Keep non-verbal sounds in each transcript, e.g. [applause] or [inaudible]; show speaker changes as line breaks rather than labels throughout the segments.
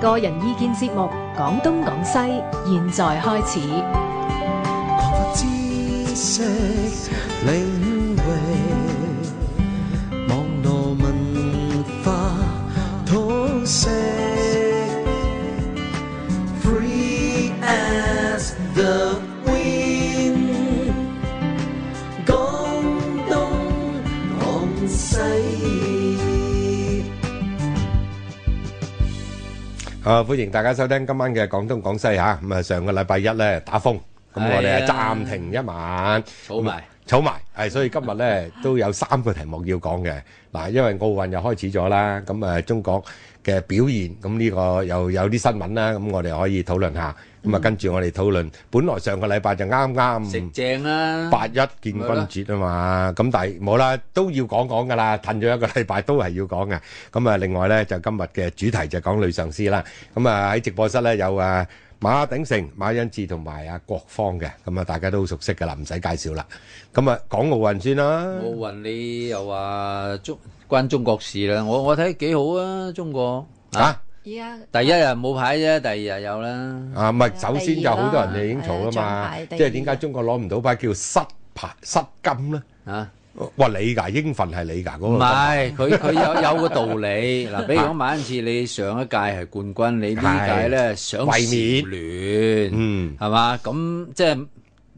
個人意見節目《廣東廣西》，現在開始。
擴闊知識領域，網絡文化通識，free as the wind。廣東廣西。
啊！歡迎大家收聽今晚嘅廣東廣西嚇，咁啊上個禮拜一咧打風，咁我哋
係啊
啊暫停一晚，
儲埋
儲埋，係所以今日咧都有三個題目要講嘅嗱，因為奧運又開始咗啦，咁啊中國嘅表現，咁呢個又有啲新聞啦，咁我哋可以討論下，咁啊跟住我哋討論，本來上個禮拜就啱
食
啱。
正啦，
八一建軍節啊嘛，咁但係冇啦，都要講講噶啦，褪咗一個禮拜都係要講嘅。咁啊，另外咧就今日嘅主題就講女上司啦。咁啊喺直播室咧有啊馬鼎盛、馬恩志同埋啊郭芳嘅，咁啊大家都好熟悉噶啦，唔使介紹啦。咁啊講奧運先啦，
奧運你又
à,
話中關中國事啦，我我睇幾好啊，中國
啊
而家
第一日冇牌啫，第二日有啦，
啊唔係，首先就好多人就已經嘈啦
係啊
嘛，
獎牌
即
第二
係點解中國攞唔到牌叫失牌失金咧？
啊，
哇你㗎，英份係你㗎嗰
唔
個。
係佢佢有 [laughs] 有個道理嗱，比如講馬恩次，你上一屆係冠軍，你呢屆咧想
衛冕
蟬聯
嗯，
係嘛？咁即係。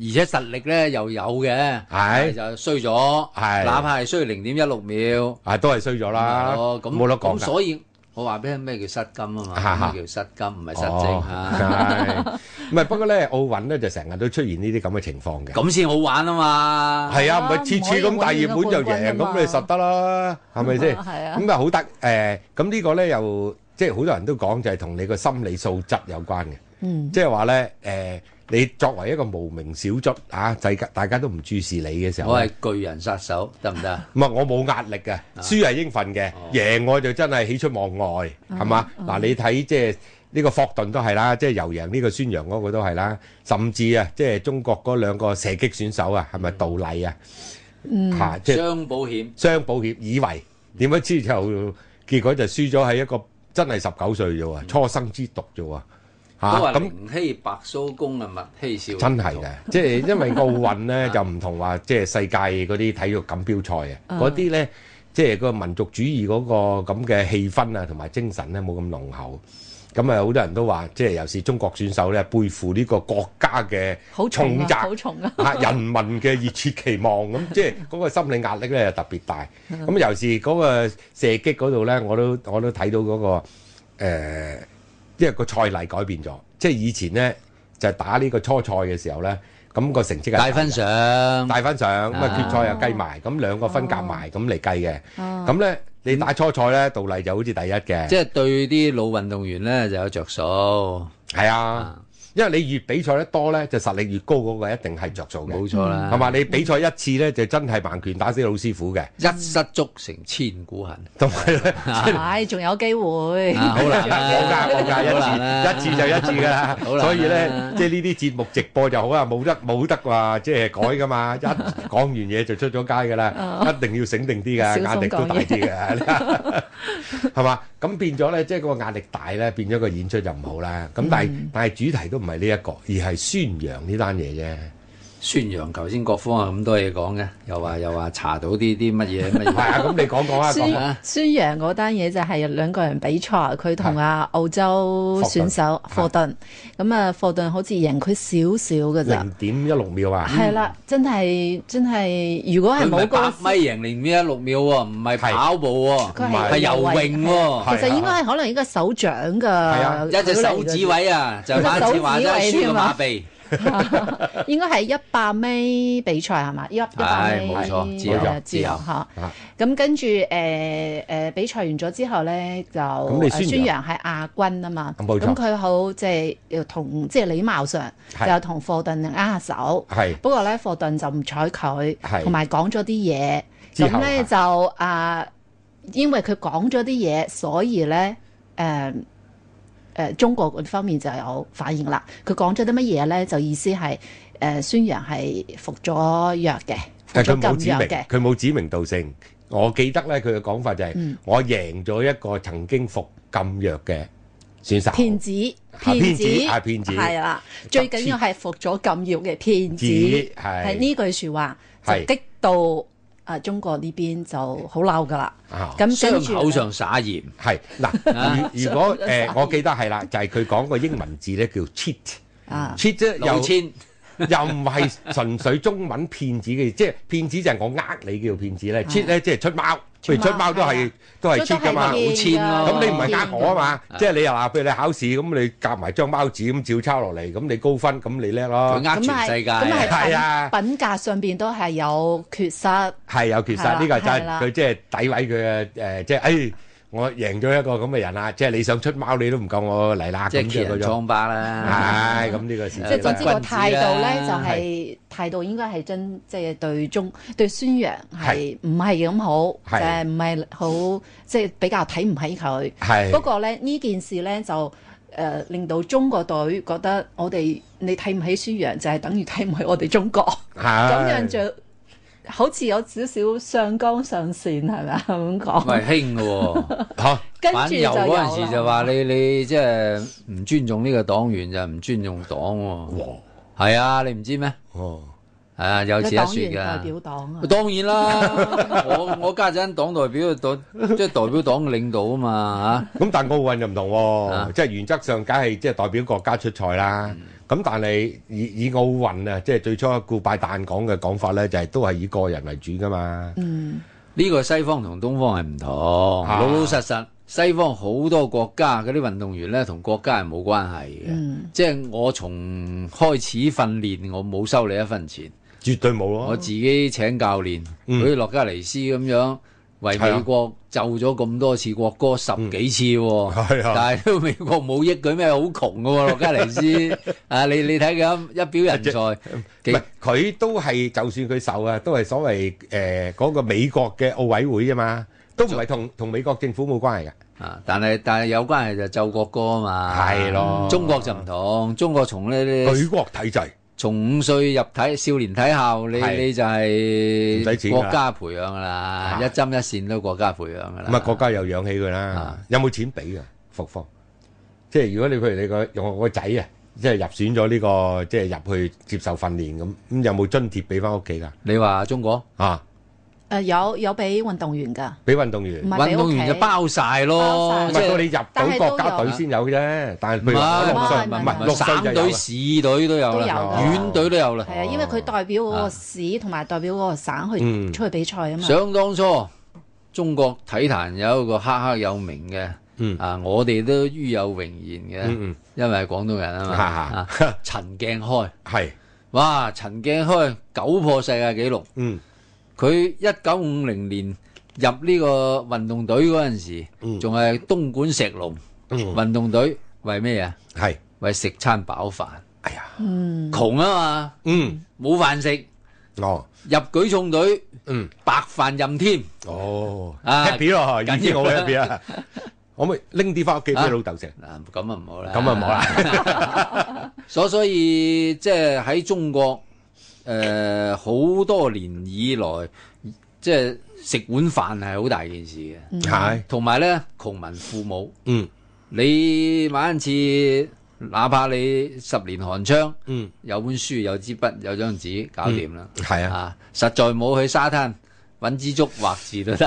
而且實力咧又有嘅，
係
就衰咗，
係
哪怕係衰零點一六秒，
啊都係衰咗啦，
哦，咁
冇得講
咁
㗎。
所以我話俾你聽咩叫失金啊
啊
嘛，
哈
咩叫失金唔係失正啊，
哦，係，唔係不過咧，奧運咧就成日都出現呢啲咁嘅情況嘅。
咁先好玩啊嘛。
係啊，唔
係啊
係次次咁
唔
大
可以
熱門就
永
贏，
遠都
咁
冠軍㗎嘛
你實得啦，係咪
[laughs]
先？
係啊
咁啊好得誒，咁呢個咧又即係好多人都講就係同你個心理素質有關嘅。
嗯
即係話咧誒，你作為一個無名小卒啊，世界大家都唔注視你嘅時候
我
呢，
係巨人殺手，得唔得啊？
唔係我冇壓力嘅，輸係應份嘅，贏我就真係喜出望外，係嘛？嗱，你睇即係呢個霍頓都係啦，即係遊贏呢個孫楊嗰個都係啦，甚至啊，即係中國嗰兩個射擊選手啊，係咪杜麗啊？嚇，即係
雙保險
雙保險，以為點不知就結果就輸咗喺一個真係十九歲啫喎，初生之犢啫喎，
都
嚇
話
啊咁。
寧欺白鬚公啊，勿欺少。
真係嘅，即係因為奧
[laughs]
運
啊
咧就唔同話，即係世界嗰啲體育錦標賽啊，嗰啲咧即係個民族主義嗰個咁嘅氣氛啊，同埋精神咧冇咁濃厚。咁啊，好多人都話，即係尤其是中國選手咧，背負呢個國家嘅
好重啊
重責，
好重啊
[laughs] 啊！人民嘅熱切期望咁，即係嗰個心理壓力咧特別大。咁尤其是嗰個射擊嗰度咧，我都我都睇到嗰、個、呃、因為個賽例改變咗，即係以前咧就係打呢個初賽嘅時候咧，咁、個成績係
大分上
大翻上，咁啊
啊哦
決賽又計埋，咁兩個分夾埋咁嚟計嘅。
啊
咁咧你打初賽咧，道理就好似第一嘅，
啊嗯即係對啲老運動員咧就有着數，
係啊，因為你越比賽得多咧，就實力越高嗰個一定係着數嘅
冇。錯啦。
係嘛？你比賽一次咧，就真係盲拳打死老師傅嘅。
一失足成千古恨，
同埋咧，
唉，仲有機會，
啊 [laughs] 好
[laughs]
難
冇
啦，
㗎冇
好難啦
㗎，一次一次就一次㗎啦。
[laughs] 好難啦
所以咧，即係呢啲節目直播就好啊，冇得冇得話即係改㗎嘛。一講完嘢就出咗街㗎啦，一定要醒定啲
小
㗎，
心
壓力都
講
大
嘢
啲嘅， [laughs] 係嘛？咁變咗咧，即係個壓力大咧，變咗個演出就唔好啦。咁但係但係主題都唔係呢一個，而係宣揚呢單嘢啫。
宣揚頭先各方有咁多嘢講嘅，又話又話查到啲啲乜嘢乜
[laughs] 係啊，
嘢，
咁你講講啊，講啊
啊
孫孫楊嗰單嘢就係兩個人比賽，佢同啊澳洲選手
霍
霍頓，咁啊霍頓好似贏佢少少嘅咋
零，點一六秒啊！
係啦，真係真係，如果係
佢唔
冇
係
嗰個
百米贏零點一六秒喎，唔係
係
跑步喎，
佢
唔
係
係游泳喎，
係
其實應該係可能應該手掌
啊
㗎，
一隻手指位啊，就反正話齋輸個馬鼻，
應該係一百米比賽係嘛？一一百米
係冇錯自由
係啊
自由
嚇
啊。
咁跟住誒誒比賽完咗之後咧，就誒
你孫
孫楊係亞軍啊嘛。
冇錯
咁佢好即係要同即係禮貌上
係
就同霍頓握下手。
係
不過咧，霍頓就唔睬佢
係，
同埋講咗啲嘢。
之後
咁咧
係
就啊，因為佢講咗啲嘢，所以咧誒誒中國嗰方面就有反應啦。佢講咗啲乜嘢咧？就意思係誒、呃、孫楊係服咗藥嘅，服
但係佢
咗
冇
禁
指
藥
明，
嘅。
佢冇指名道姓。我記得咧，佢嘅講法就係、我贏咗一個曾經服禁藥嘅選手
騙子，
啊騙
騙
子
子
係騙子
係啦，最緊要係服咗禁藥嘅騙
子
子，
係
係呢句説話就
係
激到啊中國呢邊就好嬲噶啦，
啊，
咁跟
傷
住
口上撒鹽，
係嗱，如如果 [laughs] 誒，我記得係啦，就係佢講個英文字咧叫 cheat，cheat
啊
啫
老
又。
千
[laughs] 又唔係純粹中文騙子嘅，即係騙子就係我呃你叫騙子咧，cheat 咧即係出貓，譬如出貓都係都係 cheat 噶嘛
都。係
老千咯
咁你唔係呃我啊
啊
嘛，即係你又話譬如你考試咁，你夾埋張貓紙咁照抄落嚟，咁你高分咁你叻咯
佢，呃
啊咁
全世
係
界
咁係
啊，
係啊
品品格上邊都係有缺失，
係有其實
係啦
呢個真
係啦
佢即係詆毀佢嘅誒，即係誒我贏咗一個咁嘅人啦，即係你想出貓你都唔夠我嚟啦，
即
咁
係揭
嘅嗰
人
種，
瘡疤啦。
係咁呢個事
即
實
係
啦
總之個
君子啦
態度咧就係態度應該係真，即係對中對孫楊係唔係咁好，
係
就係唔係好即係比較睇唔起佢。不
係
過咧，呢件事咧就誒、呃令到中國隊覺得我哋你睇唔起孫楊，就係等於睇唔起我哋中國，咁樣
係
就好似有少少上綱上線係咪啊？咁
唔係
講，
興嘅
[laughs]
喎，
嚇
跟
反
住就
右
有
嗰陣
啦
時就話你你即係唔尊重呢個黨員就唔尊重黨喎，
哇
係啊，你唔知咩？
哦
係啊，有
有
此一
黨
説
員代
㗎。
表黨啊，
當
[laughs]
然啦，我我家陣黨代表黨即係代表黨嘅領導啊嘛
咁但奧運就唔同喎、
啊
即係原則上梗係即係代表國家出賽啦。咁、但係以以奧運啊，即係最初顧拜旦講嘅講法咧，就係、都係以個人為主噶嘛。
嗯，
嚇，呢個西方同東方係唔同，
啊
老老實實。西方好多國家嗰啲運動員咧，同國家係冇關係嘅，
嗯
即係我從開始訓練，我冇收你一分錢。
絕對冇咯。
我自己請教練，
哦嗯
好似洛加尼斯咁樣，為
係啊嗯
美國就咗咁多次國歌十幾次喎，
係啊
但係都美國冇益佢咩，好窮嘅喎，洛加
[laughs]
尼斯啊！你你睇佢一表人才，
唔
幾
啊係佢都係，就算佢受啊，都係所謂誒嗰個美國嘅奧委會啫嘛，都唔係同同美國政府冇關係嘅。
啊！但係但係有關係就奏國歌啊嘛，
係咯
中國就唔同，中國從呢
舉國體制
從五歲入體少年體校，你
係
你就
唔使
係
錢㗎
國家培養㗎啦，一針一線都國家培養㗎啦。
咁啊，國家又養起佢啦
啊。
有冇錢俾啊？復方，即係如果你譬如你個用我個仔啊，即係入選咗呢、個，即係入去接受訓練咁，咁有冇津貼俾翻屋企㗎？
你話中國？
啊，
誒有有俾運動員㗎，
俾運動員
唔，係俾
運
屋
動
企
員就包晒咯，
包晒
唔
即
係
係
到你入到國家隊先有啫。但係
唔
譬如我
係
六歲，
唔
唔
係
係
唔係
六歲
省
就有
隊、
啦。
市隊都有
都有
啦，
㗎
縣隊都有啦。
係啊，因為佢代表嗰個市同埋代表嗰個省去
嗯
出去比賽啊嘛，
想當初中國體壇有一個赫赫有名嘅
嗯，
啊，我哋都於有榮焉嘅，
嗯
因為係廣東人啊嘛。
哈
啊
哈
陳鏡開，
嗯，係，
哇！陳鏡開九破世界紀錄，
嗯
佢一九五零年入呢個運動隊嗰陣時，
嗯
仲係東莞石龍
嗯，
運動隊，為咩啊？
係，
為食餐飽飯，
哎呀，
窮啊嘛。
嗯，
冇飯食，
哦，
入舉重隊
嗯，
白飯任添，
哦
啊
，happy 咯，已
緊
經
要
好 happy à. 啦。可唔可以拎啲翻屋企俾
啊
老豆食？
嗱咁啊唔好啦，
咁啊冇啦。 [laughs]
所所以即係喺中國，誒好多年以來，即係食碗飯係好大件事嘅，
係，
同埋咧窮民父母，
嗯
你晚一次，哪怕你十年寒窗，
嗯，
有本書有支筆有張紙搞掂啦。
係啊，
啊，實在冇去沙灘揾支竹畫字
[laughs]
都得，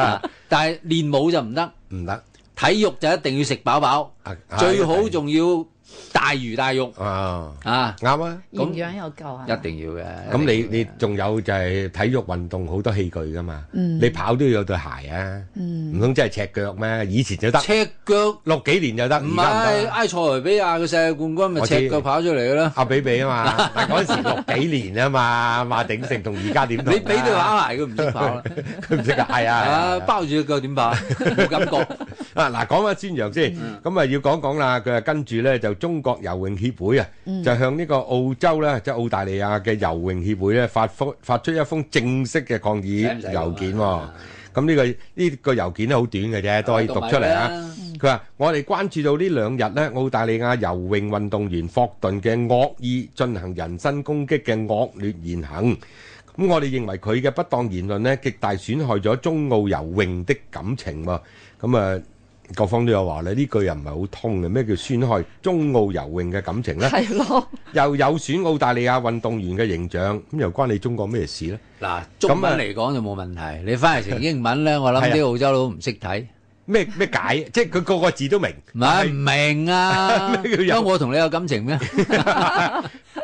啊但係練武就唔得。
唔得。
體育就一定要食飽飽，
啊
最好
係
仲要大魚大肉
啊，
啊！
啱啊。
營
咁
養又夠啊，
一定要嘅。
咁你
一定
你仲有就係體育運動好多器具噶嘛，你跑都要有對鞋啊，唔通真係赤腳咩？以前就
要
得
嘅，赤腳唔
六幾年就得，而家唔
係
得啦。
埃塞俄比亞嘅世界冠軍咪
我知
赤腳跑出嚟嘅啦。
阿比比啊嘛，但嗰陣時六幾年啊嘛，馬鼎盛同而家點
你
同啊
俾對跑鞋佢唔識
[laughs]
跑啦，
佢唔識嗌
啊
啊！
包住只腳點跑？冇感
[laughs]
覺。
啊嗱，講翻孫楊先，
嗯
咁啊要講講啦，佢啊跟住咧就中國游泳協會啊，
嗯
就向呢個澳洲咧，即係澳大利亞嘅游泳協會咧發封發出一封正式嘅抗議
使唔使咁啊
郵件喎。咁呢個呢個郵件咧好短嘅啫，都可以讀出嚟啊！佢話：我哋關注到呢兩日呢，澳大利亞游泳運動員霍頓嘅惡意進行人身攻擊嘅惡劣言行。咁我哋認為佢嘅不當言論呢，極大損害咗中澳游泳的感情喎。咁啊，各方都有話咧，呢句又唔係好通嘅。咩叫損害中澳游泳嘅感情咧？
係咯，
又有損澳大利亞運動員嘅形象，咁又關你中國咩事咧？
嗱，中文嚟講就冇問題，你翻嚟成英文咧，我諗啲澳洲佬唔識睇，
咩咩解？即係佢個個字都明，
唔係唔明啊？
[laughs] 咩叫有
因為我同你有
[laughs]
感情咩？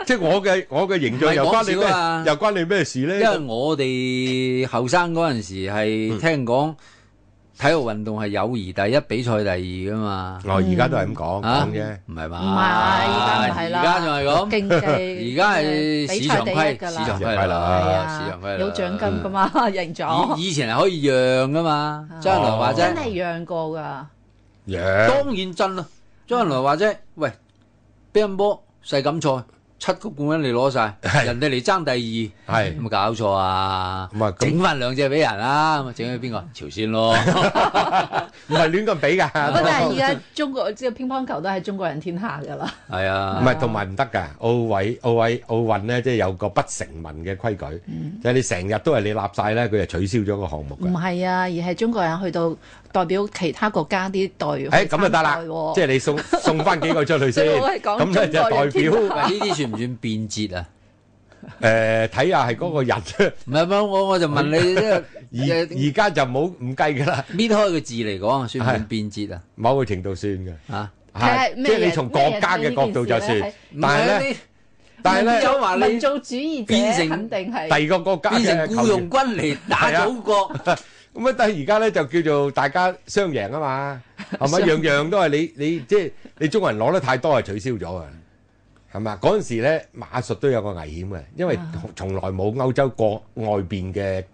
即係我嘅我嘅形象又關你
唔係講
咩？
笑啊
又關你咩事
因
咧？
為我哋後生嗰陣時係聽講體育運動係友誼第一，比賽第二噶嘛，
我而家都係咁講
啊
講啫。
唔係嘛？
唔係而家唔係啦
而家仲係咁。
競
[laughs] 而
技
家係市場規，
比賽第一㗎
市
啦
場
規
規
係
啦，市場規
啊
啦，，嗯
有獎金噶嘛， [laughs] 贏咗
以以前係可以讓噶嘛，
啊
周恩來話
真
啫，
係讓過㗎，
啊
樣
當然真啦。周恩來話啫，喂，乒乓波世錦賽七個冠軍你攞晒，人哋嚟爭第二，
係
有冇搞錯啊
咁啊？咁
整翻兩隻俾人啦，咁啊整俾邊個？朝鮮
[laughs]
咯，
唔係亂咁比㗎。
不過係而家中國即係乒乓球都係中國人天下㗎
[laughs]
啦，
係
[laughs]
啊
唔。係，同埋唔得㗎。奧委奧委奧運咧，即係有個不成文嘅規矩，即係你成日都係你立晒咧，佢就取消咗個項目
唔
㗎。
係啊，而係中國人去到代表其他國家啲代表
誒咁就得啦，即
係
係你送 [laughs] 送翻幾個
[laughs]
出去先，
所以我係講
咁咧就
[laughs] 中國人天
代
喂呢啲算唔算變節啊？
表誒睇下係嗰
[laughs]
個人。
唔係唔係，我我就問
[laughs]
你，即
而
係
而家就冇唔計㗎啦，
搣開個字嚟講，
係
算唔算變節啊？
某個程度算㗎，
啊，
睇
係
下
即
咩
係你
人
從國家嘅角度就
咩
算
人對呢件事呢，
但係
唔係
咧，
你
但係咧
民，族話你
民族主義
變
者
成
肯定係。
第二個國家
變
嘅
成僱
球員
傭軍嚟
啊
打祖國，
咁啊！但係而家咧就叫做大家雙贏啊嘛，係咪？樣樣都係你你即係你中國人攞得太多係取消咗啊，係嘛？嗰陣時咧馬術都有個危險嘅，因為從來冇歐洲國外邊嘅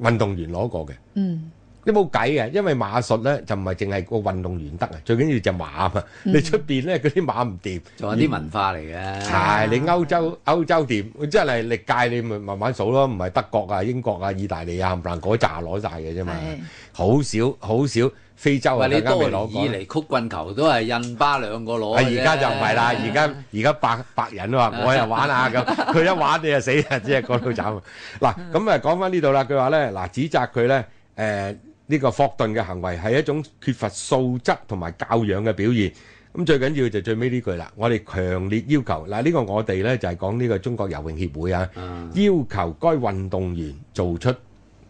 運動員攞過嘅。
嗯，
你冇計嘅，因為馬術咧就唔係淨係個運動員得啊，最緊要隻馬啊嘛。你出邊咧嗰啲馬唔掂，
仲有啲文化嚟嘅。
係你歐洲歐洲掂，即係歷屆你咪慢慢數咯，唔係德國啊、英國啊、意大利啊冚唪唥嗰扎攞晒嘅啫嘛。
係
好少好少非洲啊，
喂，你
更加
多
未
年
攞
以
過。
嚟曲棍球都係印巴兩個攞
啊！
嘅啫嗯
而家就唔係啦，而家而家白白人
[laughs]
啊嘛，我又玩啊咁，佢一玩你就死啊，只係嗰度斬。嗱，咁啊講翻呢度啦，佢話咧嗱，指責佢咧誒呢個霍頓嘅行為係一種缺乏素質同埋教養嘅表現。咁最緊要就最尾呢句啦，我哋強烈要求嗱，呢個我哋咧就係講呢個中國游泳協會啊，
嗯
要求該運動員做出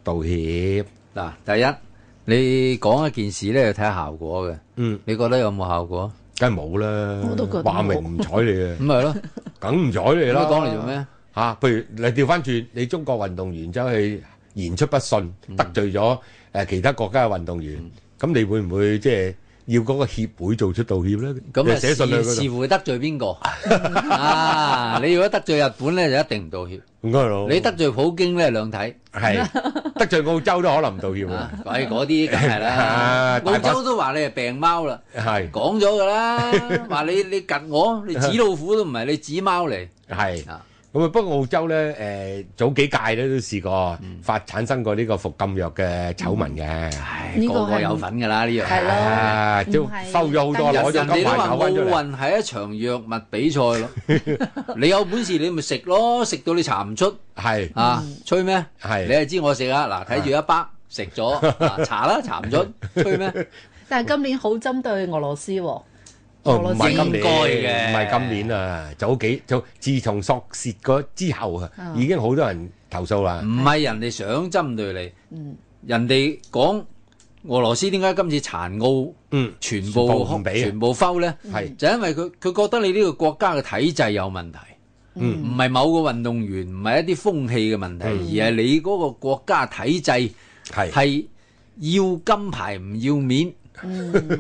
道歉。
嗱，第一你講一件事咧，要睇下效果嘅。
嗯，
你覺得有冇效果？
梗係冇啦，
我都覺得冇
話明唔睬你啊
咁！咪咯，
梗唔睬你
咁
啦！
講嚟做咩？
嚇、譬如你調翻轉，你中國運動員走去言出不遜，得罪咗誒、呃其他國家嘅運動員，咁、你會唔會即係要嗰個協會做出道歉咧？
咁
你寫信去
啊，視
嗰
視乎得
[laughs]
罪邊個啊？你如果得罪日本咧，就一定唔道歉；
度，唔該老，
你得罪普京咧，兩睇。 [laughs]
係得罪澳洲都可能唔道歉
啊
喎，
喂，嗰啲梗係啦
啊，大
澳
把
洲都話你係病貓啦。
係
講咗㗎啦，話你你及我，你指老虎都唔係，你指貓嚟
係。
啊！
咁啊，不過澳洲咧，誒、早幾屆咧都試過發產生過呢個服禁藥嘅醜聞嘅，
唉，
呢個
個個
係
有份㗎啦呢樣。
係咯
À.
啊，都
唔係
收咗好多
人
攞咗
人
金
哋
牌
都話
搞
奧
翻出嚟，
運係一場藥物比賽咯，你有本事你咪食咯，食到你查唔出
係
啊，吹咩？
係
你係知我食啊，嗱睇住一包食咗，啊查啦查唔出，吹咩？
但係今年好針對俄羅斯喎，
哦，
俄羅
唔
斯
係今
應該
年，唔
嘅
係今年啊，早幾早，自從索契嗰之後啊，
嗯
已經好多人投訴啦
唔。係人哋想針對
嗯
你，人哋講俄羅斯點解今次殘奧
嗯，
全
全部
部
唔俾啊
全部 f 咧？
係
就因為佢佢覺得你呢個國家嘅體制有問題，
嗯
唔係某個運動員，唔係一啲風氣嘅問題，而係你嗰個國家體制
係，
係要金牌唔要面，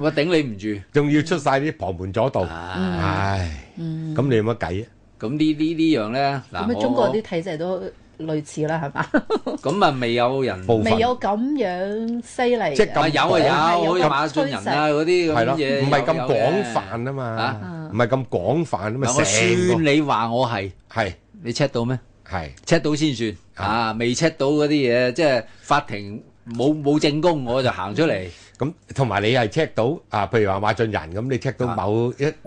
我頂你唔住
仲要出晒啲旁門左道，
啊！
唉，咁你有乜計啊？
咁呢呢呢樣咧，
咁
嗱
啊中國啲
我
體制都類似啦，係嘛？
咁啊未有人，
部
唔
分
未有咁樣犀利
即
嘅
係咁
係有啊有，好
咁
似馬俊仁啊嗰啲
係咯，
咁嘢，
唔係咁
有嘅
廣。泛啊嘛
啊，
唔係咁廣泛啊嘛，
嗱
成
我
個
算你話我係，
係
你 check 到咩？
係
check 到先算啊，未 check 到嗰啲嘢，即係法庭冇冇正功，我就行出嚟。
À, 咁，同埋你係 check 到啊，譬如話馬俊仁咁，你 check 到
啊
某一